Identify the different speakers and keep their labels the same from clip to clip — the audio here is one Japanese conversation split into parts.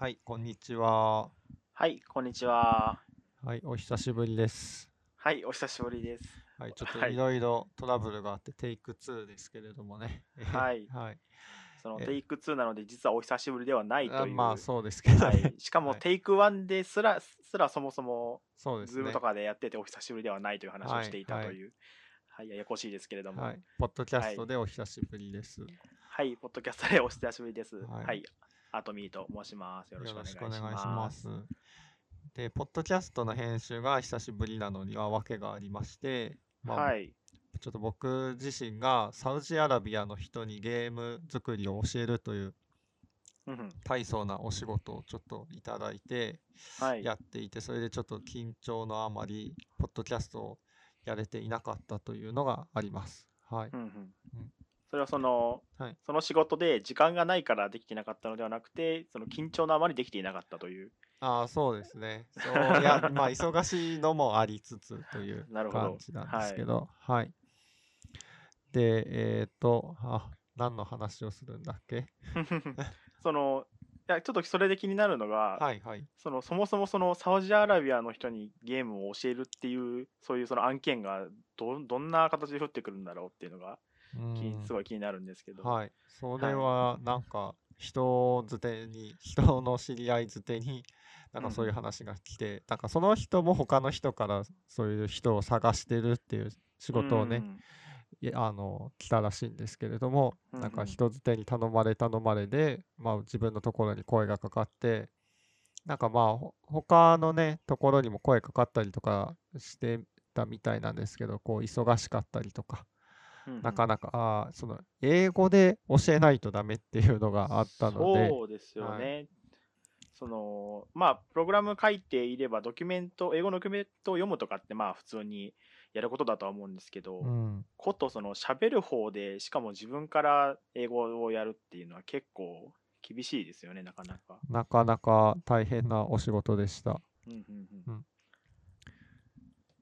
Speaker 1: はい、こんにちは。
Speaker 2: はい、こんにちは。
Speaker 1: はい、お久しぶりです。
Speaker 2: はい、お久しぶりです。
Speaker 1: はい、ちょっといろいろトラブルがあって、はい、テイク2ですけれどもね。
Speaker 2: はい。
Speaker 1: はい。
Speaker 2: そのテイク2なので、実はお久しぶりではないという。。
Speaker 1: まあ、そうですけど、ね、はい
Speaker 2: しか も、テイク1ですら、すらそもそも、
Speaker 1: そうです
Speaker 2: ね。ズームとかでやってて、お久しぶりではないという話をしていたという。はい、ややこしいですけれども。
Speaker 1: はい、ポッドキャストでお久しぶりです。
Speaker 2: はい、ポッドキャストでお久しぶりです。はい、アトミーと申します。よろしくお願いします。
Speaker 1: で、ポッドキャストの編集が久しぶりなのには訳がありまして、
Speaker 2: まあ、はい。
Speaker 1: ちょっと僕自身がサウジアラビアの人にゲーム作りを教えるという大層なお仕事をちょっといただいてやっていて、それでちょっと緊張のあまりポッドキャストをやれていなかったというのがあります。はい。
Speaker 2: うんうん、それはその、はい、その仕事で時間がないからできてなかったのではなくて、その緊張のあまりできていなかったという。
Speaker 1: ああ、そうですね。そう や、まあ忙しいのもありつつという感じなんですけど、どはい、はい。で、えっ、ー、と、あ、何の話をするんだっけ
Speaker 2: そのいやちょっとそれで気になるのが、
Speaker 1: はいはい、
Speaker 2: そのそもそもそのサウジアラビアの人にゲームを教えるっていうそういうその案件がどどんな形で降ってくるんだろうっていうのがすごい気になるんですけど、
Speaker 1: はい、それはなんか人づてに、はい、 人の知り合いづてになんかそういう話が来て、うん、なんかその人も他の人からそういう人を探してるっていう仕事をね、いあの来たらしいんですけれども、うんうん、なんか人づてに頼まれ頼まれで、まあ、自分のところに声がかかってなんかまあ他のねところにも声かかったりとかしてたみたいなんですけどこう忙しかったりとか、うんうん、なかなかあその英語で教えないとダメっていうのがあったので
Speaker 2: そうですよね、はい、そのまあプログラム書いていればドキュメント英語のドキュメントを読むとかってまあ普通にやることだとは思うんですけど、うん、ことその喋る方でしかも自分から英語をやるっていうのは結構厳しいですよねなかなか
Speaker 1: なかなか大変なお仕事でした、
Speaker 2: うんうんうん、うん、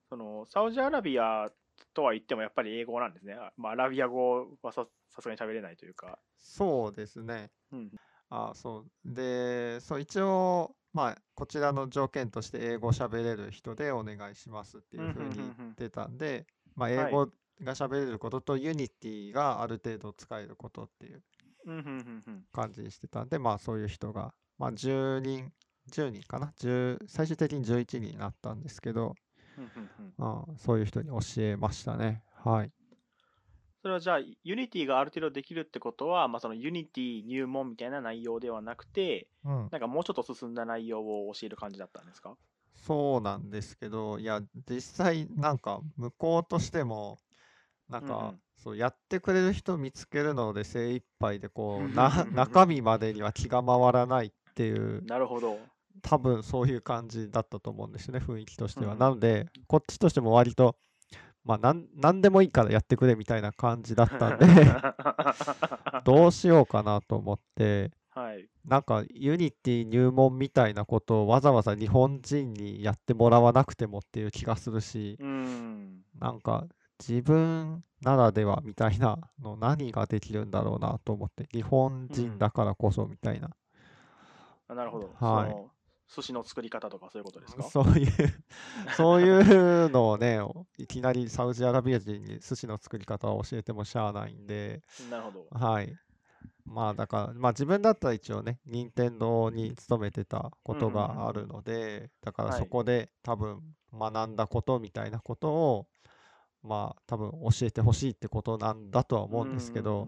Speaker 2: そのサウジアラビアとは言ってもやっぱり英語なんですね、まあ、アラビア語はさすがに喋れないというか
Speaker 1: そうですね、うん、あそうでそう一応まあ、こちらの条件として英語喋れる人でお願いしますっていうふうに言ってたんで、まあ、英語が喋れることとユニティがある程度使えることっていう感じにしてたんで、まあ、そういう人が、まあ、10人10人かな10最終的に11人になったんですけど、うん、そういう人に教えましたねはい。
Speaker 2: それはじゃあユニティがある程度できるってことは、まあ、そのユニティ入門みたいな内容ではなくて、うん、なんかもうちょっと進んだ内容を教える感じだったんですか
Speaker 1: そうなんですけどいや実際なんか向こうとしてもなんか、うんうん、そうやってくれる人見つけるので精一杯でこ うな中身までには気が回ら ないっていう
Speaker 2: なるほど
Speaker 1: 多分そういう感じだったと思うんですね雰囲気としては、うん、なのでこっちとしても割とまあ、なんでもいいからやってくれみたいな感じだったんで どうしようかなと思って、
Speaker 2: はい、
Speaker 1: なんかユニティ入門みたいなことをわざわざ日本人にやってもらわなくてもっていう気がするし、
Speaker 2: うん、
Speaker 1: なんか自分ならではみたいなの何ができるんだろうなと思って日本人だからこそみたいな。
Speaker 2: うん、なるほど、
Speaker 1: はい、
Speaker 2: 寿司の作り方とかそういうことですか
Speaker 1: そう いうそういうのをねいきなりサウジアラビア人に寿司の作り方を教えてもしゃあないんで
Speaker 2: なるほど
Speaker 1: はいまあだからまあ自分だったら一応ね任天堂に勤めてたことがあるので、だからそこで多分学んだことみたいなことを、はい、まあ多分教えてほしいってことなんだとは思うんですけど、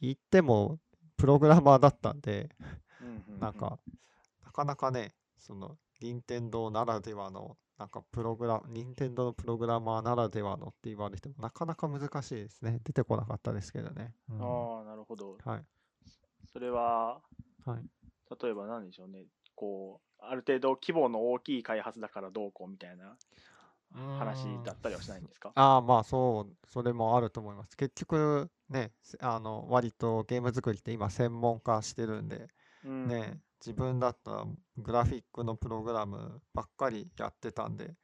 Speaker 1: 言ってもプログラマーだったんで、うなんかなかなかね、その、任天堂ならではの、なんかプログラ、任天堂のプログラマーならではのって言われても、なかなか難しいですね。出てこなかったですけどね。
Speaker 2: うん、ああ、なるほど。
Speaker 1: はい。
Speaker 2: それは、
Speaker 1: はい、
Speaker 2: 例えば何でしょうね、こう、ある程度規模の大きい開発だからどうこうみたいな話だったりはしないんですか
Speaker 1: ああ、まあそう、それもあると思います。結局、ね、あの割とゲーム作りって今専門化してるんで、うん、ね、自分だったらグラフィックのプログラムばっかりやってたんで、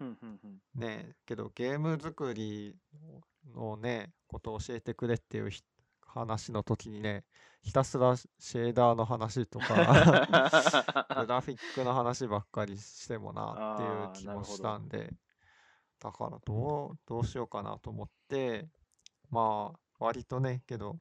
Speaker 1: ねけどゲーム作りのねことを教えてくれっていう話の時にね、ひたすらシェーダーの話とか グラフィックの話ばっかりしてもなっていう気
Speaker 2: あーなる
Speaker 1: も
Speaker 2: ほど
Speaker 1: したんで、だからどうどうしようかなと思って、まあ、割とね、けど、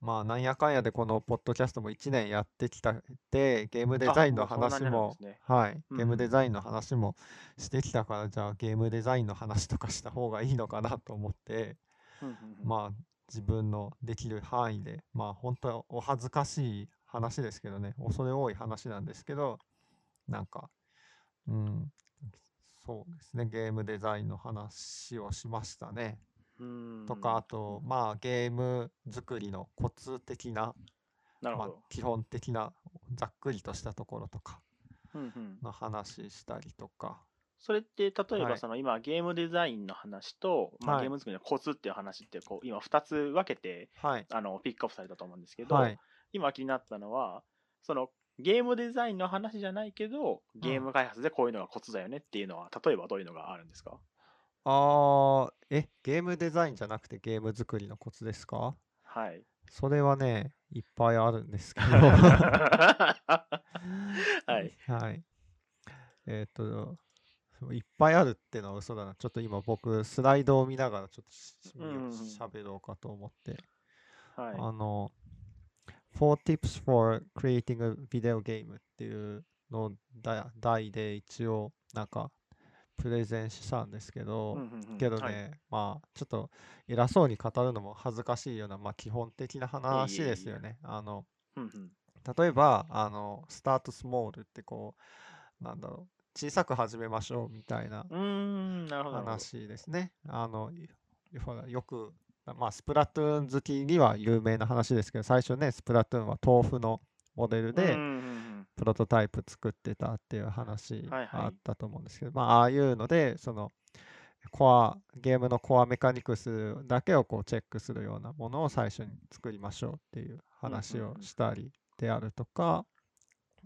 Speaker 1: まあ、なんやかんやでこのポッドキャストも1年やってきたで、ゲームデザインの
Speaker 2: あもうそ
Speaker 1: 話
Speaker 2: んなにな
Speaker 1: も
Speaker 2: るんです、ね
Speaker 1: はい、
Speaker 2: うん
Speaker 1: ゲームデザインの話もしてきたから、じゃあゲームデザインの話とかした方がいいのかなと思って、
Speaker 2: あ、
Speaker 1: まあ、自分のできる範囲で、まあ、本当はお恥ずかしい話ですけどね、恐れ多い話なんですけど、なんか、うん、そうですね、ゲームデザインの話をしましたね。
Speaker 2: うん
Speaker 1: とか、あ、と、まあ、ゲーム作りのコツ的な、
Speaker 2: なる
Speaker 1: ま
Speaker 2: ほ
Speaker 1: あ
Speaker 2: ど。、
Speaker 1: 基本的な、ざっくりとしたところとか
Speaker 2: うんうん
Speaker 1: の話したりとか、
Speaker 2: それって、例え
Speaker 1: は
Speaker 2: ば
Speaker 1: い
Speaker 2: その今、ゲームデザインの話と、ま
Speaker 1: は
Speaker 2: あ、
Speaker 1: い
Speaker 2: ゲーム作りのコツっていう話って、こう今2つ分けて
Speaker 1: はい、
Speaker 2: あのピックアップされたと思うんですけど、
Speaker 1: はい、
Speaker 2: 今気になったのは、そのゲームデザインの話じゃないけど、ゲーム開発でこういうのがコツだよねっていうのは、例えばどういうのがあるんですか
Speaker 1: あー、え、ゲームデザインじゃなくてゲーム作りのコツですか
Speaker 2: はい。
Speaker 1: それはね、いっぱいあるんですけど。
Speaker 2: はい。
Speaker 1: はい。えーっと、そういっぱいあるってのは嘘だな。ちょっと今僕、スライドを見ながらちょっとし
Speaker 2: うんうんうん
Speaker 1: 喋ろうかと思って。
Speaker 2: は
Speaker 1: あの、4 tips for creating a video game っていうのだ題で一応、なんか、プレゼンしたんですけ
Speaker 2: い
Speaker 1: ど、
Speaker 2: うんうんうん。
Speaker 1: けどね、
Speaker 2: はい
Speaker 1: まあちょっと偉そうに語るのも恥ずかしいような、まあ、基本的ない
Speaker 2: えいえ
Speaker 1: 話ですよね。あの
Speaker 2: うんうん
Speaker 1: 例えばあのスタートスモールってこうなんだろう小さく始めましょうみたいな
Speaker 2: うーん、なるほどなるほど。
Speaker 1: 話ですね。あのいほらよくまあスプラトゥーン好きには有名な話ですけど最初ねスプラトゥーンは豆腐のモデルで、
Speaker 2: うんうんうん
Speaker 1: プロトタイプ作ってたっていう話
Speaker 2: はいはい
Speaker 1: あったと思うんですけど、まあああいうのでそのコアゲームのコアメカニクスだけをこうチェックするようなものを最初に作りましょうっていう話を
Speaker 2: うん
Speaker 1: したりであるとか、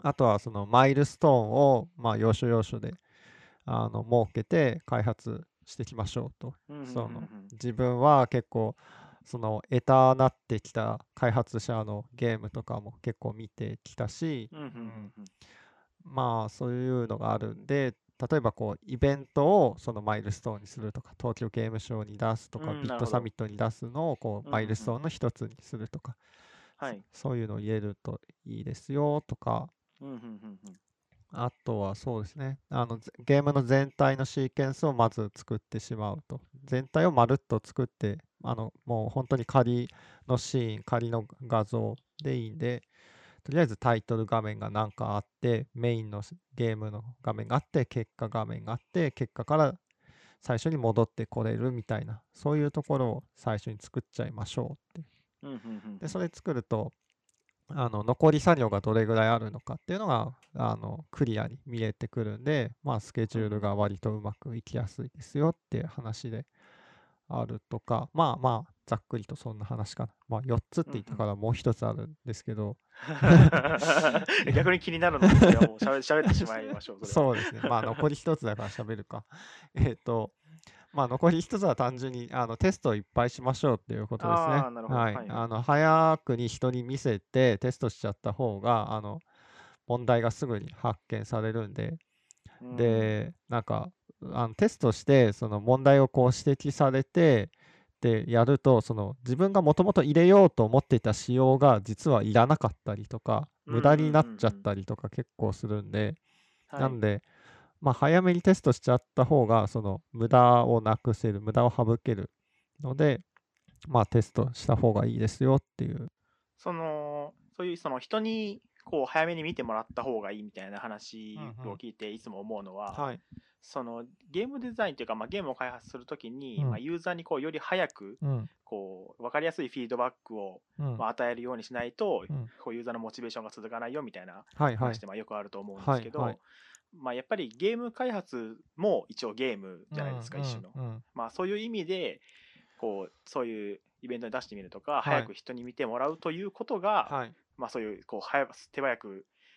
Speaker 1: あとはそのマイルストーンをまあ要所要所であの設けて開発していきましょうと
Speaker 2: うんうんうんうん
Speaker 1: その自分は結構その得たなってきた開発者のゲームとかも結構見てきたし、
Speaker 2: うんうんうんうん
Speaker 1: まあそういうのがあるんで例えばこうイベントをそのマイルストーンにするとか東京ゲームショーに出すとか、
Speaker 2: うん
Speaker 1: ビ
Speaker 2: な
Speaker 1: ット
Speaker 2: るほ
Speaker 1: サ
Speaker 2: ど
Speaker 1: ミットに出すのをこ
Speaker 2: うんう
Speaker 1: うんマイルストーンの一つにするとか、
Speaker 2: はい。
Speaker 1: そういうのを言えるといいですよとか
Speaker 2: うんうんうんうん
Speaker 1: あとはそうですねあのぜゲームの全体のシーケンスをまず作ってしまうと全体をまるっと作ってあのもう本当に仮のシーン仮の画像でいいんでとりあえずタイトル画面が何かあってメインのしゲームの画面があって結果画面があって結果から最初に戻ってこれるみたいなそういうところを最初に作っちゃいましょうって
Speaker 2: うんうんうん
Speaker 1: でそれ作るとあの残り作業がどれぐらいあるのかっていうのがあのクリアに見えてくるんで、まあ、スケジュールが割とうまくいきやすいですよっていう話であるとかまあまあざっくりとそんな話かな、まあ、4つって言ったからもう1つあるんですけど、
Speaker 2: 逆に気になるので、それはもうしゃべってしまいましょ う。。
Speaker 1: そううですねまあ残り1つだから喋るか えっとまあ残り1つは単純にあのテストをいっぱいしましょうっていうことですね
Speaker 2: あーなるほど
Speaker 1: はい
Speaker 2: はい
Speaker 1: あの早くに人に見せてテストしちゃった方があの問題がすぐに発見されるんで、
Speaker 2: うん、
Speaker 1: でなんかあのテストしてその問題をこう指摘されてでやるとその自分がもともと入れようと思っていた仕様が実はいらなかったりとか
Speaker 2: うん
Speaker 1: 無駄になっちゃ
Speaker 2: うんうんう
Speaker 1: っ
Speaker 2: ん
Speaker 1: たりとか結構するんで、
Speaker 2: はい、
Speaker 1: なんで、まあ、早めにテストしちゃった方がその無駄をなくせる無駄を省けるので、まあ、テストした方がいいですよっていう
Speaker 2: その、そういうその人に、こう早めに見てもらった方がいいみたいな話を聞いていつも思うのは、
Speaker 1: はい、
Speaker 2: そのゲームデザインというか、まあ、ゲームを開発するときに、
Speaker 1: うん
Speaker 2: まあ、ユーザーにこうより早く
Speaker 1: うん
Speaker 2: こう分かりやすいフィードバックを、
Speaker 1: うん
Speaker 2: まあ、与えるようにしないと、
Speaker 1: うん
Speaker 2: こうユーザーのモチベーションが続かないよみたいな
Speaker 1: はいはい
Speaker 2: 話ってまあよくあると思うんですけど、
Speaker 1: はいはい
Speaker 2: まあ、やっぱりゲーム開発も一応ゲームじゃないですか、
Speaker 1: うん
Speaker 2: 一種の。
Speaker 1: うんうん
Speaker 2: まあ、そういう意味でこうそういうイベントに出してみるとか、
Speaker 1: い
Speaker 2: 早く人に見てもらうということが、
Speaker 1: はい
Speaker 2: まあ、そういうこう早手早く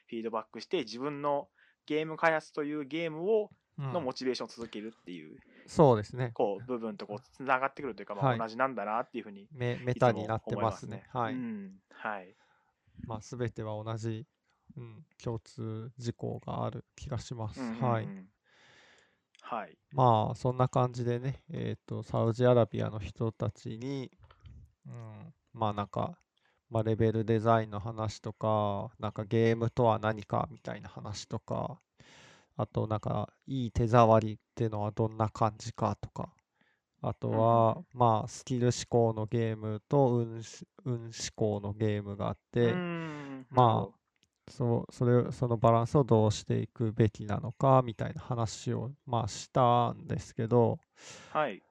Speaker 2: フィードバックして自分のゲーム開発というゲームをのモチベーションを続けるっていう、
Speaker 1: そうですね。
Speaker 2: こう部分とこうつながってくるというか、ま
Speaker 1: は
Speaker 2: あ、
Speaker 1: い
Speaker 2: 同じなんだなっていうふうに、
Speaker 1: メメ
Speaker 2: いつも
Speaker 1: タになってますね。
Speaker 2: 思
Speaker 1: はいい。
Speaker 2: うんはい
Speaker 1: まあ、すべては同じ、うん、共通事項がある気がします。
Speaker 2: うんうんうん
Speaker 1: はい。
Speaker 2: はい
Speaker 1: まあ、そんな感じでね、えっ、と、サウジアラビアの人たちに、うん、まあ、なんか、まあ、レベルデザインの話とか、なんかゲームとは何かみたいな話とか、あと、なんか、いい手触りってのはどんな感じかとか、あと
Speaker 2: うんうん
Speaker 1: は、まあ、スキル志向のゲームと運し、運志向のゲームがあって、
Speaker 2: うん
Speaker 1: まあ
Speaker 2: なるほど
Speaker 1: そうそれをそのバランスをどうしていくべきなのかみたいな話を、まあ、したんですけど
Speaker 2: はい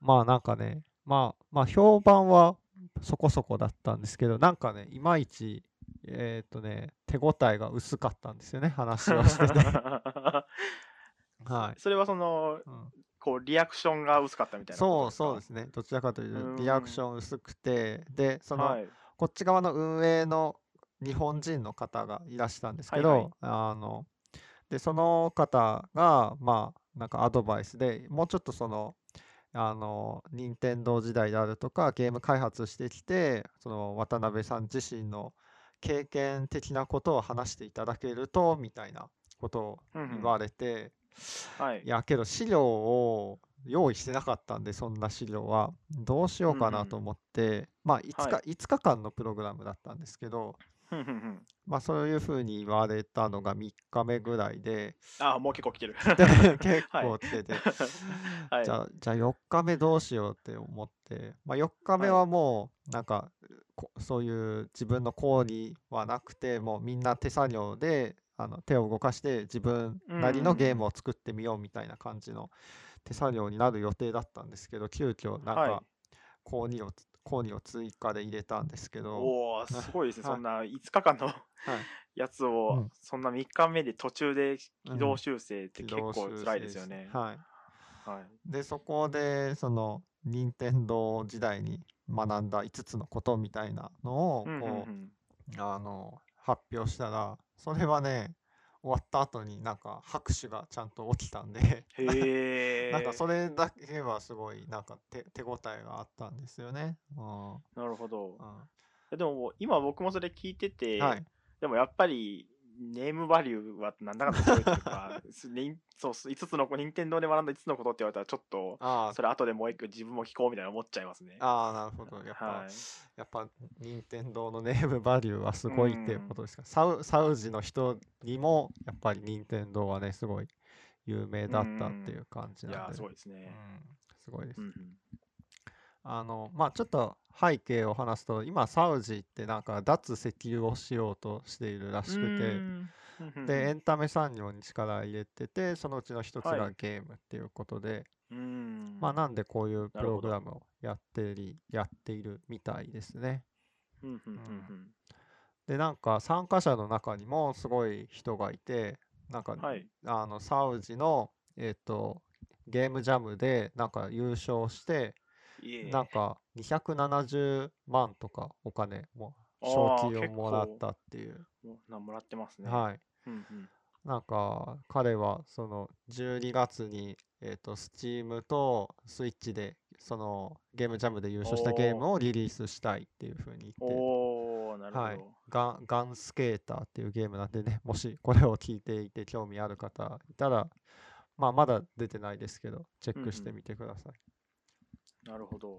Speaker 1: まあなんかね、まあ、まあ評判はそこそこだったんですけどなんかねいまいちえっ、とね手応えが薄かったんですよね話を して ては
Speaker 2: それはその
Speaker 1: い、うん
Speaker 2: こうリアクションが薄かったみたいな
Speaker 1: そうそうですすねどちらかといううんとリアクション薄くてでそ
Speaker 2: か
Speaker 1: の、
Speaker 2: はい
Speaker 1: こっち側の運営の日本人の方がいらしたんですけど、
Speaker 2: はいはい
Speaker 1: あのでその方がまあなんかアドバイスでもうちょっとそのあの任天堂時代であるとかゲーム開発してきてその渡辺さん自身の経験的なことを話していただけるとみたいなことを
Speaker 2: うんうん
Speaker 1: 言われて、
Speaker 2: はい
Speaker 1: いやけど資料を用意してなかったんでそんな資料はどうしようか
Speaker 2: うんう
Speaker 1: なんと思って、まあ5日,、
Speaker 2: は
Speaker 1: 5日間のプログラムだったんですけど、
Speaker 2: うんうんうん
Speaker 1: まあ、そういうふうに言われたのが3日目ぐらい で
Speaker 2: ああもう結構 来てる
Speaker 1: で結構来て て、
Speaker 2: はい
Speaker 1: じゃあじゃあ4日目どうしようって思って、まあ、4日目
Speaker 2: はい
Speaker 1: はもうなんかこそういう自分の講義はなくてもうみんな手作業であの手を動かして自分なりのゲームを作ってみようみたいな感じの手作業になる予定だったんですけど急遽なん
Speaker 2: はい
Speaker 1: か講義をつ講義を追加で入れたんですけど、
Speaker 2: おおすご いですね、
Speaker 1: はい
Speaker 2: そんな5日間の やつを、
Speaker 1: うん
Speaker 2: そんな3日目で途中で
Speaker 1: うん
Speaker 2: 軌道修正って
Speaker 1: 軌
Speaker 2: 結
Speaker 1: 道
Speaker 2: 構
Speaker 1: 修
Speaker 2: 辛い
Speaker 1: 正
Speaker 2: ですよね。
Speaker 1: はい
Speaker 2: はい
Speaker 1: でそこでその任天堂時代に学んだ5つのことみたいなのを
Speaker 2: うんうん
Speaker 1: こ
Speaker 2: うん
Speaker 1: うあの発表したらそれはね終わった後になんか拍手がちゃんと起きたんで
Speaker 2: へえ。
Speaker 1: なんかそれだけはすごいなんか手手応えがあったんですよね。うんうん
Speaker 2: なるほど。いやでも今僕もそれ聞いてて、
Speaker 1: はい、
Speaker 2: でもやっぱりネームバリューはなんだかんだすごいっていうかすね そうそう5つの任天堂で学んだ5つのことって言われたらちょっと
Speaker 1: あー
Speaker 2: それ後でもう一個自分も聞こうみたいな思っちゃいますね。
Speaker 1: あーなるほどやっぱ、
Speaker 2: はい、
Speaker 1: やっぱ任天堂のネームバリューはすごいっていうことですか、サウサウジの人にもやっぱり任天堂はねすごい有名だったっていう感じ
Speaker 2: い
Speaker 1: な
Speaker 2: や
Speaker 1: ん
Speaker 2: ー
Speaker 1: で、
Speaker 2: す
Speaker 1: ね
Speaker 2: ごいです
Speaker 1: うん
Speaker 2: ね。、
Speaker 1: すごいです、
Speaker 2: うんうん
Speaker 1: あのまあちょっと背景を話すと今サウジってなんか脱石油をしようとしているらしくて、
Speaker 2: うん
Speaker 1: でエンタメ産業に力入れててそのうちの一つ
Speaker 2: は
Speaker 1: が
Speaker 2: い
Speaker 1: ゲームっていうことで、
Speaker 2: うんうん
Speaker 1: まあなんでこういうプ
Speaker 2: なる
Speaker 1: ロ
Speaker 2: ほど
Speaker 1: グラムをやってりやっているみたいですね
Speaker 2: うんうんうんうん
Speaker 1: でなんか参加者の中にもすごい人がいてなんか、
Speaker 2: はい。
Speaker 1: あのサウジの、えっとゲームジャムでなんか優勝して
Speaker 2: いえ
Speaker 1: なんか270万とかお金も賞
Speaker 2: あー
Speaker 1: 金を
Speaker 2: 結構
Speaker 1: もらったっていう、
Speaker 2: もうなもらってますね。
Speaker 1: はい
Speaker 2: うんうん
Speaker 1: なんか彼はその12月にえっと Steam と Switch でそのゲームジャムで優勝したゲー
Speaker 2: おー
Speaker 1: ムをリリースしたいっていうふうに言って
Speaker 2: おおなるほど。
Speaker 1: はいガンガンスケーターっていうゲームなんでね、もしこれを聞いていて興味ある方いたら、まあまだ出てないですけど、チェックし
Speaker 2: うん
Speaker 1: て
Speaker 2: うん
Speaker 1: みてください。
Speaker 2: なるほど。
Speaker 1: うんい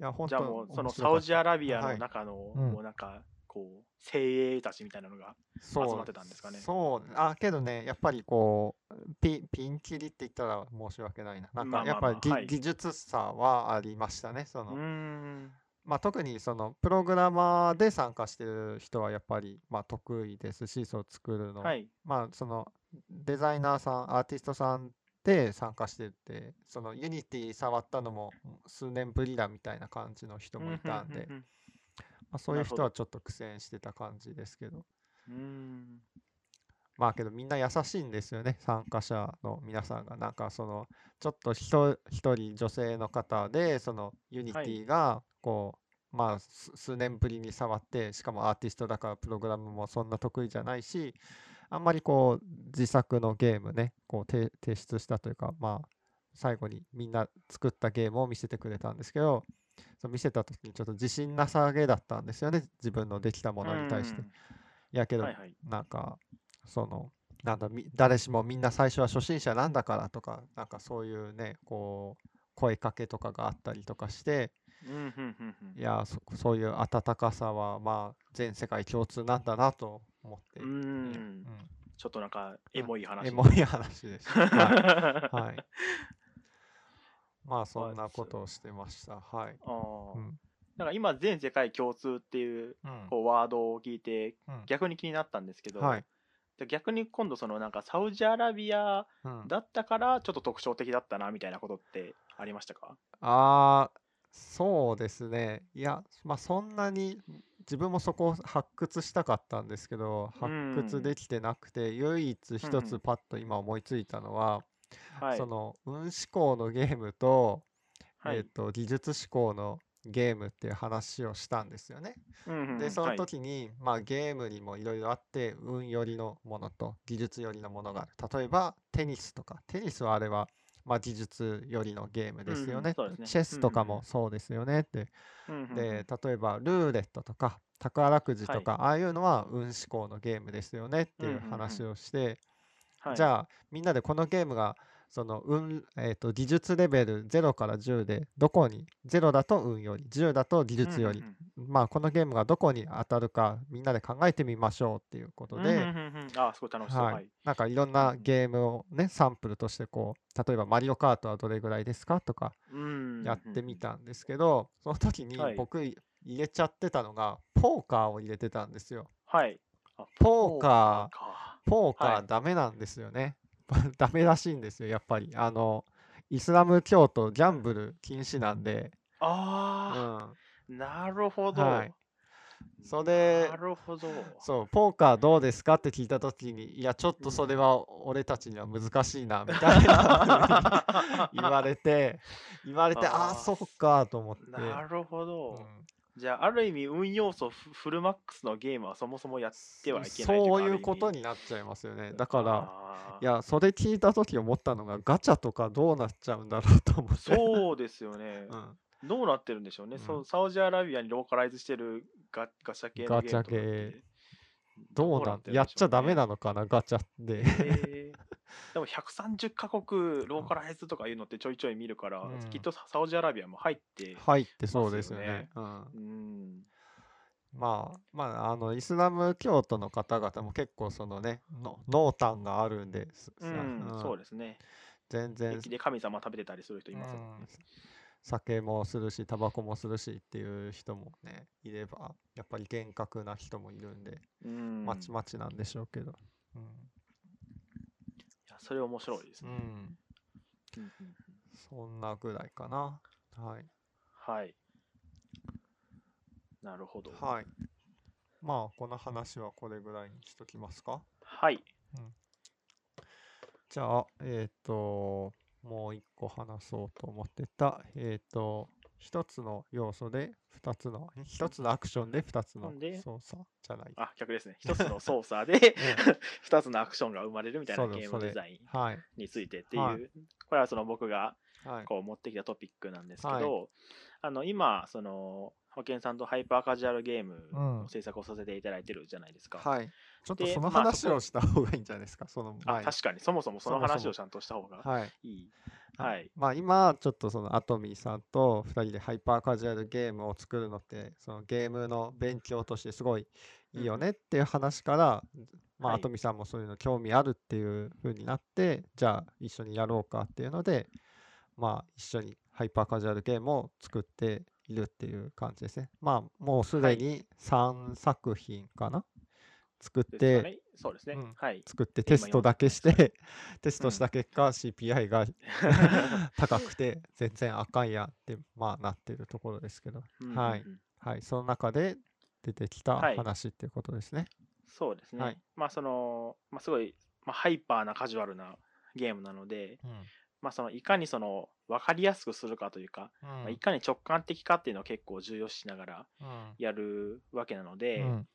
Speaker 1: や、本
Speaker 2: じゃあ
Speaker 1: 当
Speaker 2: もうその
Speaker 1: 面白
Speaker 2: サ
Speaker 1: か
Speaker 2: ウ
Speaker 1: っ
Speaker 2: ジアラビア
Speaker 1: は
Speaker 2: の
Speaker 1: い
Speaker 2: 中の、
Speaker 1: うん
Speaker 2: もうなんかこう精鋭たちみたいなのが。
Speaker 1: たそう
Speaker 2: 集まってたんですかね
Speaker 1: そう、あ、けどね、やっぱりこう、ピピンキリって言ったら申し訳ないな。なん
Speaker 2: まあ
Speaker 1: かやっ
Speaker 2: ま
Speaker 1: ぱ
Speaker 2: あ
Speaker 1: り
Speaker 2: まあ
Speaker 1: ぎ、
Speaker 2: はい
Speaker 1: 技術差はありましたね。そうの
Speaker 2: ーん。
Speaker 1: まあ、特にそのプログラマーで参加してる人はやっぱりまあ得意ですし、そう作るの
Speaker 2: はい。
Speaker 1: まあそのデザイナーさんアーティストさんで参加しててそのユニティ触ったのも数年ぶりだみたいな感じの人もいたんで、
Speaker 2: う
Speaker 1: ま
Speaker 2: ん
Speaker 1: あ、そういう
Speaker 2: なる
Speaker 1: 人
Speaker 2: ほど
Speaker 1: はちょっと苦戦してた感じですけど
Speaker 2: うんうんうん。
Speaker 1: まあけどみんな優しいんですよね参加者の皆さんがなんかそのちょっと一一人女性の方でそのユニテ
Speaker 2: はい
Speaker 1: ィがこう、まあす数年ぶりに触ってしかもアーティストだからプログラムもそんな得意じゃないしあんまりこう自作のゲームねこう提提出したというかまあ最後にみんな作ったゲームを見せてくれたんですけどその見せた時にちょっと自信なさげだったんですよね自分のできたものに対して。
Speaker 2: うん
Speaker 1: いやけど
Speaker 2: はいはい。
Speaker 1: なんかそのなんだみ誰しもみんな最初は初心者なんだからとかなんかそういうねこう声かけとかがあったりとかして
Speaker 2: うんうんうんうん
Speaker 1: いやそそういう温かさはまあ全世界共通なんだなと思って、
Speaker 2: う
Speaker 1: うん
Speaker 2: ん。ちょっとなんかエモい話。
Speaker 1: エモい話です、はい はいまあそんなことをしてましたはい、
Speaker 2: あー
Speaker 1: うん
Speaker 2: なんか今全世界共通っていう
Speaker 1: うん
Speaker 2: こうワードを聞いて
Speaker 1: うん
Speaker 2: 逆に気になったんですけど、
Speaker 1: はい、
Speaker 2: で逆に今度そのなんかサウジアラビア
Speaker 1: うん、
Speaker 2: だったからちょっと特徴的だったなみたいなことってありましたか
Speaker 1: ああ、そうですね。いや、まあそんなに自分もそこを発掘したかったんですけど、発
Speaker 2: う
Speaker 1: 掘
Speaker 2: ん
Speaker 1: できてなくて、唯一
Speaker 2: うんう
Speaker 1: 一
Speaker 2: ん
Speaker 1: つパッと今思いついたのは、
Speaker 2: はい
Speaker 1: そ。の運指向のゲームと、
Speaker 2: はい
Speaker 1: えっと、技術指向のゲームっていう話をしたんですよね。
Speaker 2: うんうんうん
Speaker 1: で、そ
Speaker 2: は
Speaker 1: の
Speaker 2: い
Speaker 1: 時に、まあゲームにもいろいろあって、運よりのものと技術よりのものがある。例えばテニスとか、テニスはあれは、まあ技術よりのゲームです
Speaker 2: うんう
Speaker 1: よ
Speaker 2: ん
Speaker 1: ね
Speaker 2: そうです。ね
Speaker 1: チェスとか
Speaker 2: うんうん
Speaker 1: も
Speaker 2: うん
Speaker 1: そうですよねって。
Speaker 2: うんうんうん
Speaker 1: で、例えばルーレットとか、宝くじ
Speaker 2: は
Speaker 1: と
Speaker 2: い
Speaker 1: か、ああいうのは運志向のゲームですよねって
Speaker 2: うん
Speaker 1: い
Speaker 2: うん
Speaker 1: う
Speaker 2: うん
Speaker 1: 話をして、
Speaker 2: はい
Speaker 1: じゃあみんなでこのゲームがその運、えー、と技術レベル0から10でどこに0だと運より10だと技術より、
Speaker 2: うん
Speaker 1: まあこのゲームがどこに当たるかみんなで考えてみましょうっていうこ
Speaker 2: う
Speaker 1: と
Speaker 2: んうん
Speaker 1: で、
Speaker 2: うんうんうんあーすごい楽しそう。
Speaker 1: は
Speaker 2: はい
Speaker 1: い、なんかいろん
Speaker 2: う
Speaker 1: なん
Speaker 2: うん
Speaker 1: ゲームをねサンプルとしてこう例えば「マリオカートはどれぐらいですか?」とか
Speaker 2: うん
Speaker 1: やってみ。たんですけど、その時に
Speaker 2: はい
Speaker 1: 僕入れちゃってたのがポーカーを入れてたんですよ。
Speaker 2: はい。あ
Speaker 1: ポーカー
Speaker 2: か。
Speaker 1: ポーカ
Speaker 2: はい
Speaker 1: ーダメなんですよね。 ダメらしいんですよやっぱりあのイスラム教徒ギャンブル禁止なんで、う
Speaker 2: あ
Speaker 1: ん、
Speaker 2: あ、なるほど。
Speaker 1: はいそれ
Speaker 2: なるほど。
Speaker 1: そうポーカーどうですかって聞いた時にいやちょっとそれは俺たちには難しいなみたいな言われて言われてああー
Speaker 2: あー
Speaker 1: そうかと思って。
Speaker 2: なるほど。
Speaker 1: うん
Speaker 2: じゃあ、ある意味、運要素フフルマックスのゲームはそもそもやってはいけないとか
Speaker 1: そういうことになっちゃいますよねだからい、やそれ聞いた時思ったのがガチャとかどうなっちゃうんだろうと思っ
Speaker 2: あー
Speaker 1: て
Speaker 2: そうですよね。
Speaker 1: うん
Speaker 2: どうなってるんでしょう
Speaker 1: う
Speaker 2: ね。
Speaker 1: ん
Speaker 2: そうサウジアラビアにローカライズしてるガガチャ系のゲームと
Speaker 1: ガ
Speaker 2: かって
Speaker 1: チャ系どうなんやっちゃダメなのかなガチャで
Speaker 2: の、へーでも130カ国ローカライズとかいうのってちょいちょい見るから、
Speaker 1: うん
Speaker 2: きっとササウジアラビアも入って、
Speaker 1: 入ってそうですよね
Speaker 2: ますよね
Speaker 1: うん
Speaker 2: うん
Speaker 1: まあ まああのイスラム教徒の方々も結構そのねの濃淡があるんです、さ
Speaker 2: うん
Speaker 1: うん
Speaker 2: そうですね。
Speaker 1: 全然
Speaker 2: 敵で神様食べてたりする人いますよね。
Speaker 1: うん酒もするしタバコもするしっていう人もねいればやっぱり厳格な人もいるんで
Speaker 2: うん
Speaker 1: まちまちなんでしょうけど、うん
Speaker 2: いやそれ面白いです
Speaker 1: う
Speaker 2: ね。
Speaker 1: ん、
Speaker 2: うんうんうん
Speaker 1: そんなぐらいかなはい
Speaker 2: はい。なるほど。い。
Speaker 1: はいまあこの話はこれぐらいにしときますか
Speaker 2: はい。
Speaker 1: じゃあ、えっ、と、もう一個話そうと思ってた、えっ、と、一つの要素で二つの、ん一つのアクションで二つ
Speaker 2: ほ
Speaker 1: の
Speaker 2: んで
Speaker 1: 操作じゃない。
Speaker 2: あ、逆 ですね。一つの操作で
Speaker 1: ね
Speaker 2: 二つのアクションが生まれるみたいな
Speaker 1: そうだ
Speaker 2: ゲーム
Speaker 1: それ
Speaker 2: デザイ
Speaker 1: はい。
Speaker 2: ンについてっていう、
Speaker 1: はい
Speaker 2: これはその僕が
Speaker 1: はい。
Speaker 2: こう持ってきたトピックなんですけ
Speaker 1: はい
Speaker 2: ど、あの今その保健さんとハイパーカジュアルゲーム
Speaker 1: う
Speaker 2: の
Speaker 1: ん
Speaker 2: 制作をさせていただいてるじゃないですか。
Speaker 1: はい。ちょっと
Speaker 2: で
Speaker 1: その
Speaker 2: まあ
Speaker 1: 話
Speaker 2: そこ
Speaker 1: をした方がいいんじゃないですか、その
Speaker 2: あ
Speaker 1: 前に
Speaker 2: 確かにそもそもその
Speaker 1: そもそも
Speaker 2: 話をちゃんとした方が
Speaker 1: はい。
Speaker 2: いい。はい。
Speaker 1: まあ今ちょっとそのアトミーさんと2人でハイパーカジュアルゲームを作るのってそのゲームの勉強としてすごいいいよねっていう話から、まあ
Speaker 2: はい
Speaker 1: アトミーさんもそういうの興味あるっていう風になってじゃあ一緒にやろうかっていうのでまあ一緒にハイパーカジュアルゲームを作っているっていう感じですねまあもうす
Speaker 2: は
Speaker 1: で
Speaker 2: い
Speaker 1: に3作品かな作っ
Speaker 2: です
Speaker 1: て
Speaker 2: かね。そうですね。
Speaker 1: うん
Speaker 2: はい。
Speaker 1: 作って
Speaker 2: 今
Speaker 1: テストだけして テス
Speaker 2: う
Speaker 1: ト
Speaker 2: ん
Speaker 1: した結果 CPI が 高くて全然あかんやんってまあなってるところですけど、
Speaker 2: うんうんうん
Speaker 1: はいはい、その中で出てきた
Speaker 2: はい
Speaker 1: 話っていうことですね。
Speaker 2: そうですね。
Speaker 1: はい
Speaker 2: まあその、まあ、すごい、まあ、ハイパーなカジュアルなゲームなので、まあ、そのいかにその分かりやすくするかというか、まあ、いかに直感的かっていうのを結構重要視しながらやるわけなので、
Speaker 1: うんうん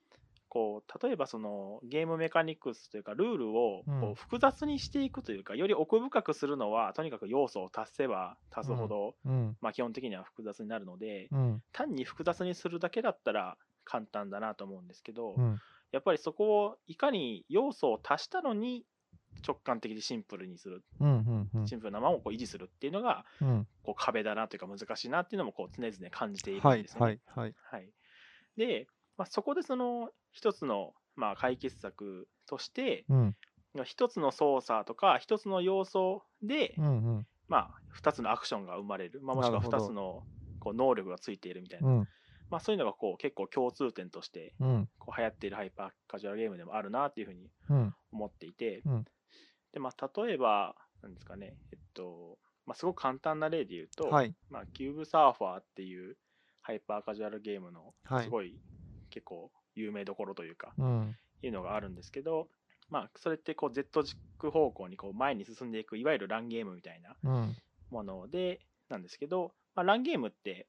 Speaker 2: こう例えばそのゲームメカニクスというかルールを
Speaker 1: うん
Speaker 2: こう複雑にしていくというか、より奥深くするのはとにかく要素を足せば足すほど、
Speaker 1: うん
Speaker 2: まあ、基本的には複雑になるので、
Speaker 1: うん
Speaker 2: 単に複雑にするだけだったら簡単だなと思うんですけど、
Speaker 1: うん
Speaker 2: やっぱりそこをいかに要素を足したのに直感的にシンプルにする
Speaker 1: うんうんうん
Speaker 2: シンプルなままをこう維持するっていうのが
Speaker 1: うん
Speaker 2: こう壁だなというか難しいなっていうのもこう常々感じている
Speaker 1: は
Speaker 2: ん
Speaker 1: い
Speaker 2: ですよね。
Speaker 1: はいはい
Speaker 2: はい、で、まあ、そこでその一つの、まあ、解決策として
Speaker 1: うん
Speaker 2: 一つの操作とか一つの要素で、
Speaker 1: うんうん
Speaker 2: まあ、二つのアクションが生まれる、まあ、もしくは
Speaker 1: なるほど
Speaker 2: 二つのこう能力がついているみたいうな、
Speaker 1: ん
Speaker 2: まあ、そういうのがこう結構共通点として
Speaker 1: うん
Speaker 2: こう流行っているハイパーカジュアルゲームでもあるなっていうふうに
Speaker 1: うん
Speaker 2: 思っていて、
Speaker 1: うん
Speaker 2: でまあ、例えばなんですかね、えっとまあ、すごく簡単な例で言うと、
Speaker 1: はい
Speaker 2: まあ、キューブサーファーっていうハイパーカジュアルゲームの
Speaker 1: はい
Speaker 2: すごい結構有名どころというか、
Speaker 1: うん
Speaker 2: いうのがあるんですけど、まあ、それってこう Z 軸方向にこう前に進んでいくいわゆるランゲームみたいな
Speaker 1: うん
Speaker 2: ものでなんですけど、まあ、ランゲームって、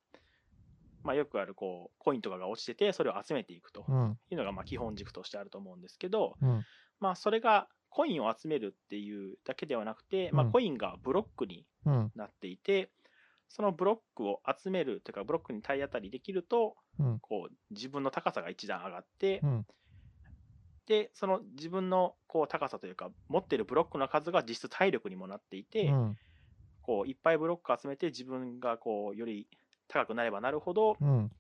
Speaker 2: まあ、よくあるこうコインとかが落ちててそれを集めていくと
Speaker 1: うん
Speaker 2: いうのがまあ基本軸としてあると思うんですけど、
Speaker 1: うん
Speaker 2: まあ、それがコインを集めるっていうだけではなくて、まあ、
Speaker 1: うん
Speaker 2: コインがブロックに
Speaker 1: うん
Speaker 2: なっていてそのブロックを集めるというかブロックに体当たりできると
Speaker 1: うん
Speaker 2: こう自分の高さが一段上がって、
Speaker 1: うん
Speaker 2: でその自分のこう高さというか持ってるブロックの数が実質体力にもなっていて、
Speaker 1: うん
Speaker 2: こういっぱいブロック集めて自分がこうより高くなればなるほど
Speaker 1: うん